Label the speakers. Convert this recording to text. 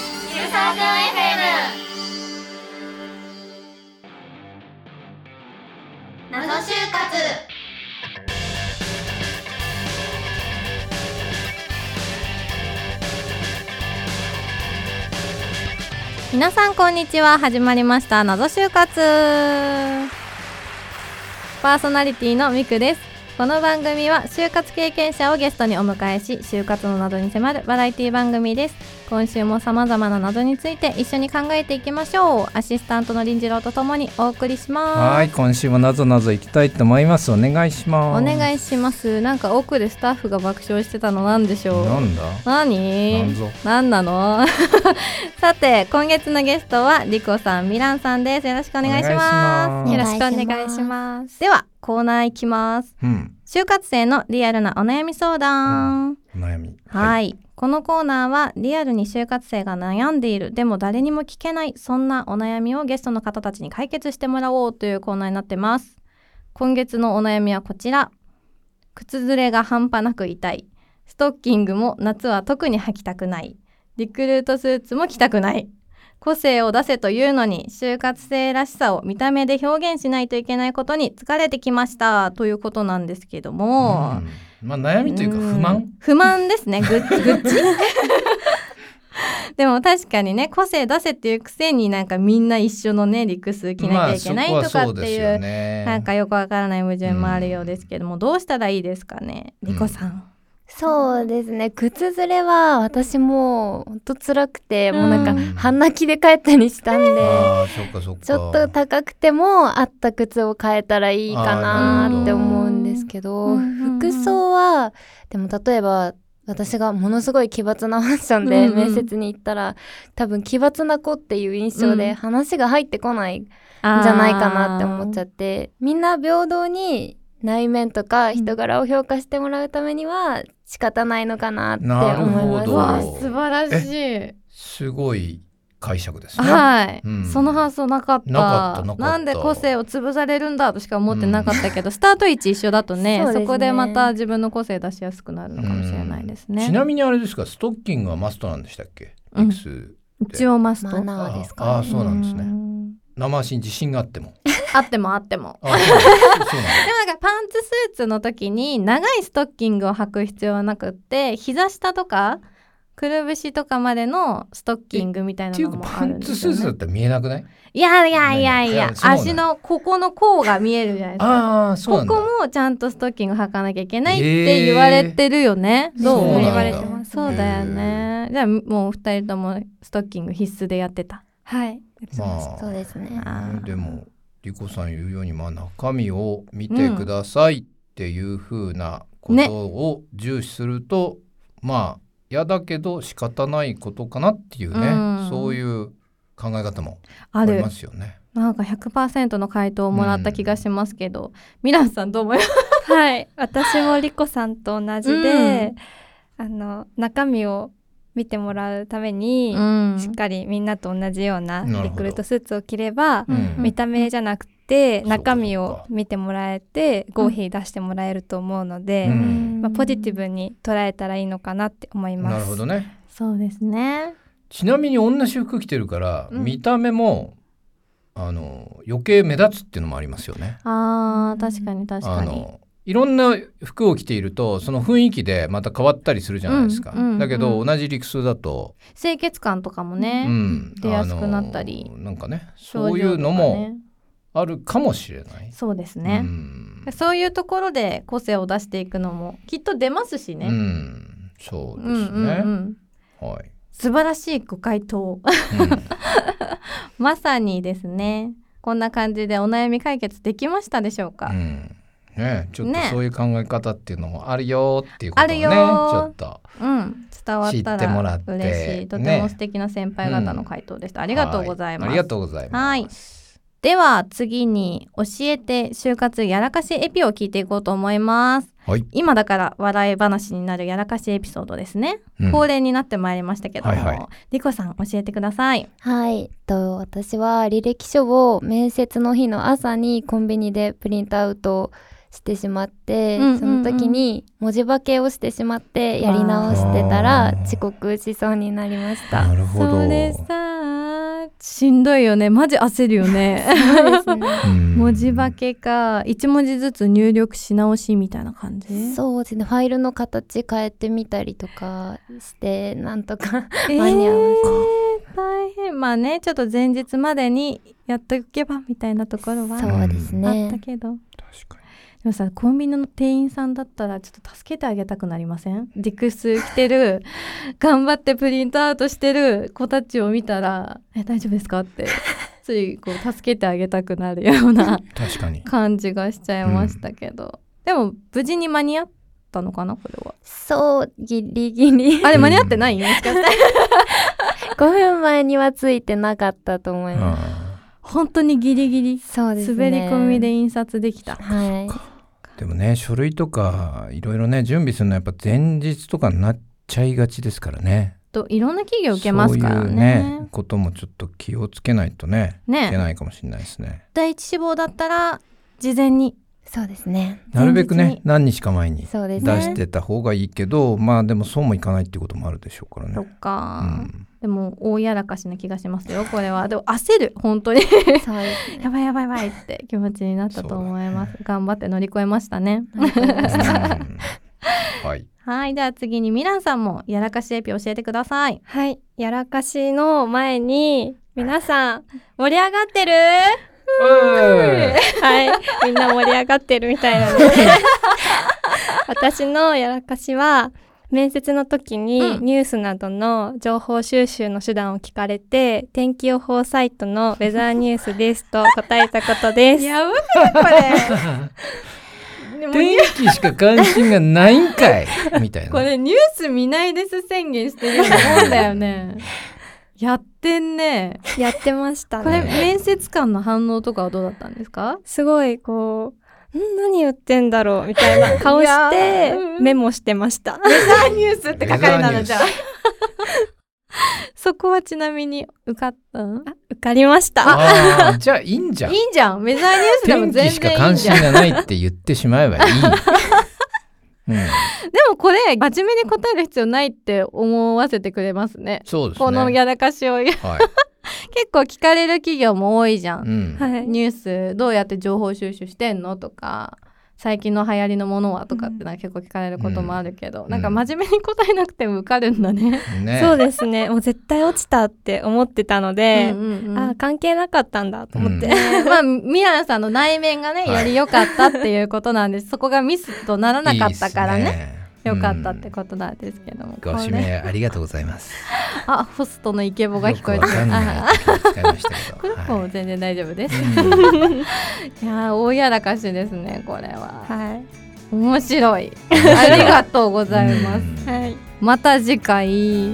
Speaker 1: ークン FM 謎就活
Speaker 2: 皆さんこんにちは始まりました謎就活パーソナリティのみくですこの番組は就活経験者をゲストにお迎えし就活の謎に迫るバラエティ番組です今週も様々な謎について一緒に考えていきましょうアシスタントの林次郎とともにお送りし
Speaker 3: は
Speaker 2: ま
Speaker 3: い、今週もなぞなぞいきたいと思います。お願いし
Speaker 2: す
Speaker 3: ま
Speaker 2: お
Speaker 3: す。
Speaker 2: 願いしますなんか奥でスタッフが爆笑してたのなんでしょう
Speaker 3: なんだ。
Speaker 2: 何
Speaker 3: なんぞ
Speaker 2: なんなの さて今月のゲストはリコさんミランさんですよろしくお願いしま
Speaker 3: お
Speaker 1: しま
Speaker 2: す
Speaker 3: 願い
Speaker 1: す
Speaker 2: よろしくお願いしますではコーナー行きます
Speaker 3: うん、
Speaker 2: 就活生のリアルなお悩み相談、
Speaker 3: お悩み。。
Speaker 2: はいい、このコーナーはリアルに就活生が悩んでいるでも誰にも聞けないそんなお悩みをゲストの方たちに解決してもらおうというコーナーになってます今月のお悩みはこちら靴ずれが半端なく痛いストッキングも夏は特に履きたくないリクルートスーツも着たくない個性を出せというのに就活生らしさを見た目で表現しないといけないことに疲れてきましたということなんですけども、
Speaker 3: うんまあ、悩みというか不
Speaker 2: う
Speaker 3: 満
Speaker 2: ん。不満ですねぐっぐっち でも確かにね個性出せっていうくせになんかみんな一緒のね理屈着なきゃいけないとかっていう,、
Speaker 3: ね
Speaker 2: なんかよくわからない矛盾もあるようですけども、どうしたらいいですかねリコさん、
Speaker 4: そうですね靴ずれは私もほんと辛くて、もうなん
Speaker 2: う
Speaker 4: か
Speaker 2: ん
Speaker 4: 半泣きで帰ったりしたんで、
Speaker 3: ああ、そっかそっか。
Speaker 4: ちょっと高くてもあった靴を変えたらいいか
Speaker 3: あーなるほ
Speaker 4: な
Speaker 3: ど
Speaker 4: って思うんですけど、
Speaker 2: うんうんうん
Speaker 4: 服装はでも例えば私がものすごい奇抜なファッションで
Speaker 2: うんうん
Speaker 4: 面接に行ったら、多分奇抜な子っていう印象
Speaker 2: うん
Speaker 4: で話が入ってこないんじ
Speaker 2: あー
Speaker 4: ゃないかなって思っちゃって、みんな平等に内面とか人柄を評価してもらうためには仕方ないのかなって思い
Speaker 3: どうな
Speaker 4: ま
Speaker 3: る
Speaker 4: す。
Speaker 3: ほ
Speaker 2: 素晴らしい
Speaker 3: すごい解釈ですね。
Speaker 2: はい、
Speaker 3: うん
Speaker 2: その発想なかった
Speaker 3: なかったなかった
Speaker 2: んで個性を潰されるんだとしか思ってなかったけど、スタート位置一緒だとね
Speaker 4: そ
Speaker 2: そ
Speaker 4: うですね
Speaker 2: こでまた自分の個性出しやすくなるのかもしれないですね、
Speaker 3: ちなみにあれですか、ストッキングはマストなんでしたっけ。
Speaker 2: うん
Speaker 3: いくつ。
Speaker 2: 一応マスト
Speaker 4: マナーですか、ね、
Speaker 3: ああ、そうなんですね。
Speaker 2: ね
Speaker 3: 生足に自信があっても。
Speaker 2: あってもあっても
Speaker 3: あ、そう なんだそうなん
Speaker 2: で
Speaker 3: だ。
Speaker 2: もなんかパンツスーツの時に長いストッキングを履く必要はなくって膝下とかくるぶしとかまでのストッキングみたい
Speaker 3: っ
Speaker 2: な
Speaker 3: ていう
Speaker 2: の
Speaker 3: か、
Speaker 2: も
Speaker 3: パ
Speaker 2: あるん
Speaker 3: ン
Speaker 2: で
Speaker 3: ツ
Speaker 2: す
Speaker 3: ス
Speaker 2: よ、
Speaker 3: ーツだ
Speaker 2: ね
Speaker 3: っ、たら見えなくない。
Speaker 2: いやいやいやい
Speaker 3: いやい
Speaker 2: や
Speaker 3: やそうなんだ
Speaker 2: 足のここの甲が見えるじゃないですか
Speaker 3: ああ、そ
Speaker 2: こ
Speaker 3: うなんだ。
Speaker 2: こもちゃんとストッキング履かなきゃいけないって言われてるよね。
Speaker 4: えー
Speaker 2: どう
Speaker 3: そうな
Speaker 2: 言
Speaker 3: んだ言
Speaker 2: わ
Speaker 3: わ
Speaker 2: れ
Speaker 3: れ
Speaker 2: て
Speaker 3: て
Speaker 2: ま。
Speaker 4: ますす
Speaker 2: そうだよね。じゃあもう二人ともストッキング必須でやってた。
Speaker 4: はい
Speaker 3: まあ
Speaker 4: そうですね
Speaker 2: あー
Speaker 3: でもリコさん言うように、まあ、中身を見てくださいっていうふうなことを重視すると、まあ嫌だけど仕方ないことかなっていうね、
Speaker 2: うん
Speaker 3: そういう考え方も
Speaker 2: あ
Speaker 3: あり
Speaker 2: る
Speaker 3: ま。すよね。
Speaker 2: なんか100%の回答をもらった気がしますけど、ミランさんどう思います
Speaker 5: はい私もリコさんと同じで、あの中身を見てもらうために、しっかりみんなと同じよう
Speaker 3: な
Speaker 5: な
Speaker 3: るほど
Speaker 5: リクルートスーツを着れば、
Speaker 2: うん
Speaker 3: うん
Speaker 5: 見た目じゃなくて
Speaker 3: そうか
Speaker 5: 中身を見てもらえて合否出してもらえると思うので、
Speaker 3: うん
Speaker 5: まあ、ポジティブに捉えたらいいのかなって思います。
Speaker 3: なるほどね。
Speaker 2: そうですね。
Speaker 3: ちなみに同じ服着てるから、
Speaker 2: うん
Speaker 3: 見た目もあの余計目立つっていうのもありますよね。
Speaker 2: あー確かに確か
Speaker 3: あ
Speaker 2: に。
Speaker 3: のいろんな服を着ているとその雰囲気でまた変わったりするじゃないですか、
Speaker 2: うんうん
Speaker 3: だけ
Speaker 2: う
Speaker 3: ど
Speaker 2: ん
Speaker 3: 同じ理屈だと、
Speaker 2: 清潔感とかもね、
Speaker 3: うん、
Speaker 2: 出やすくなったり
Speaker 3: あのなんかね
Speaker 2: 表
Speaker 3: そうい
Speaker 2: 情と
Speaker 3: う
Speaker 2: か
Speaker 3: の
Speaker 2: ね
Speaker 3: もあるかもしれない。
Speaker 2: そうですね
Speaker 3: う。ん
Speaker 2: そういうところで個性を出していくのもきっと出ますしね。
Speaker 3: うんそう
Speaker 2: う
Speaker 3: で
Speaker 2: ん
Speaker 3: す
Speaker 2: うん
Speaker 3: ね、
Speaker 2: うん、
Speaker 3: はい、
Speaker 2: 素晴らしいご回答 まさにですねこんな感じでお悩み解決できましたでしょうか、
Speaker 3: うんうん ね、ちょっと
Speaker 2: ね
Speaker 3: そういう考え方っていうのもあるよっていうことをね
Speaker 2: ある
Speaker 3: ち
Speaker 2: よ
Speaker 3: ょっと
Speaker 2: うん、伝わった
Speaker 3: 知ってもら
Speaker 2: ら
Speaker 3: って
Speaker 2: 嬉しいとても
Speaker 3: ね
Speaker 2: 素敵な先輩方の回答でした、ありがとうございます、
Speaker 3: はありがとうございます。
Speaker 2: では次に教えて就活やらかしエピを聞いていこうと思います
Speaker 3: はい
Speaker 2: 今だから笑い話になるやらかしエピソードですね、
Speaker 3: うん
Speaker 2: 恒例になってまいりましたけども、
Speaker 3: はいはい
Speaker 2: リコさん教えてください
Speaker 4: はい、えっと私は履歴書を面接の日の朝にコンビニでプリントアウトしてしまって、うんうんうん、その時に文字化けをしてしまってやり直してたら遅刻しそうになりまし た。
Speaker 3: なるほ
Speaker 2: そ
Speaker 3: ど
Speaker 2: れさしんどいよねマジ焦るよ ね。
Speaker 4: そうですね
Speaker 2: 文字化けか1文字ずつ入力し直しみたいな感じ
Speaker 4: そうですねファイルの形変えてみたりとかしてなんとか間に合わせて。
Speaker 2: えー、大変まあねちょっと前日までにやっとけばみたいなところは
Speaker 4: そうですね
Speaker 2: あったけど
Speaker 3: 確かに
Speaker 2: でもさコンビニの店員さんだったらちょっと助けてあげたくなりませんディクス着てる頑張ってプリントアウトしてる子たちを見たら「え大丈夫ですか?」 ってついこう助けてあげたくなるような
Speaker 3: 確かに、
Speaker 2: 感じがしちゃいましたけど、うん、でも無事に間に合ったのかなこれは
Speaker 4: そうギリギ リ
Speaker 2: あれ間に合ってない、うん、もしかして
Speaker 4: 5分前にはついてなかったと思います
Speaker 2: 本当にギリギリ
Speaker 4: そうです、ね、
Speaker 2: 滑り込みで印刷できた、
Speaker 4: はい
Speaker 3: でもね書類とかいろいろね準備するのはやっぱ前日とかになっちゃいがちですからね
Speaker 2: といろんな企業受けますからね、ね、
Speaker 3: こともちょっと気をつけないとね
Speaker 2: ね
Speaker 3: いけないかもしれないですね
Speaker 2: 第一志望だったら事前に
Speaker 4: そうですね
Speaker 3: なるべくね何日か前に
Speaker 4: そうです、
Speaker 3: ね、出してた方がいいけど、まあでもそうもいかないっていうこともあるでしょうからね
Speaker 2: そっか、うんでも大やらかしな気がしますよこれはでも焦る本当に やばいやばいやばいって気持ちになったと思います、ね、頑張って乗り越えましたね
Speaker 3: はい
Speaker 2: はいでは次にミランさんもやらかしエピ教えてください
Speaker 5: はいやらかしの前に皆さん盛り上がってるはいみんな盛り上がってるみたいなので 私のやらかしは面接の時にニュースなどの情報収集の手段を聞かれて、うん、天気予報サイトのウェザーニュースですと答えたことで す。
Speaker 2: やばい
Speaker 3: これ天気しか関心がないんかいみたいな。。
Speaker 2: これニュース見ないです宣言してるようなもんだよね。 やってんね。
Speaker 5: やってましたね。
Speaker 2: これ面接官の反応とかはどうだったんですか
Speaker 5: すごいこうん何言ってんだろうみた いな顔してメモしてました。ウェ
Speaker 2: ザーニュースって書かれたのじゃ。 そこはちなみに受かった
Speaker 5: 受かりました
Speaker 3: じゃあいいんじゃん。
Speaker 2: いいんじゃん。ウェザーニュースでも全然いい
Speaker 3: しか関心がないって言ってしまえば いい。
Speaker 2: うん、でもこれ真面目に答える必要ないって思わせてくれますね。
Speaker 3: そうです、ね、
Speaker 2: このやらかしを、はい、 結構聞かれる企業も多いじゃん、
Speaker 3: うん
Speaker 2: はい、 ニュースどうやって情報収集してんのとか最近の流行りのものはとかってなんか結構聞かれることもあるけど、うん、なんか真面目に答えなくても受かるんだね。
Speaker 3: ね
Speaker 5: そうですねもう絶対落ちたって思ってたので、うんうんうん、あ関係なかったんだと思 って、
Speaker 2: うん、まあミランさんの内面がねより良かったっていうことなんです、はい、そこがミスとならなかったからね。いいねよかったってことなんですけども、うん、
Speaker 3: ご指名ありがとうございます
Speaker 2: あホストのイケボが聞こえてる
Speaker 3: こ
Speaker 2: の子も全然大丈夫です、はい、いや大やらかしですねこれは
Speaker 5: はい
Speaker 2: 面白いありがとうございます、
Speaker 5: はい、
Speaker 2: また次回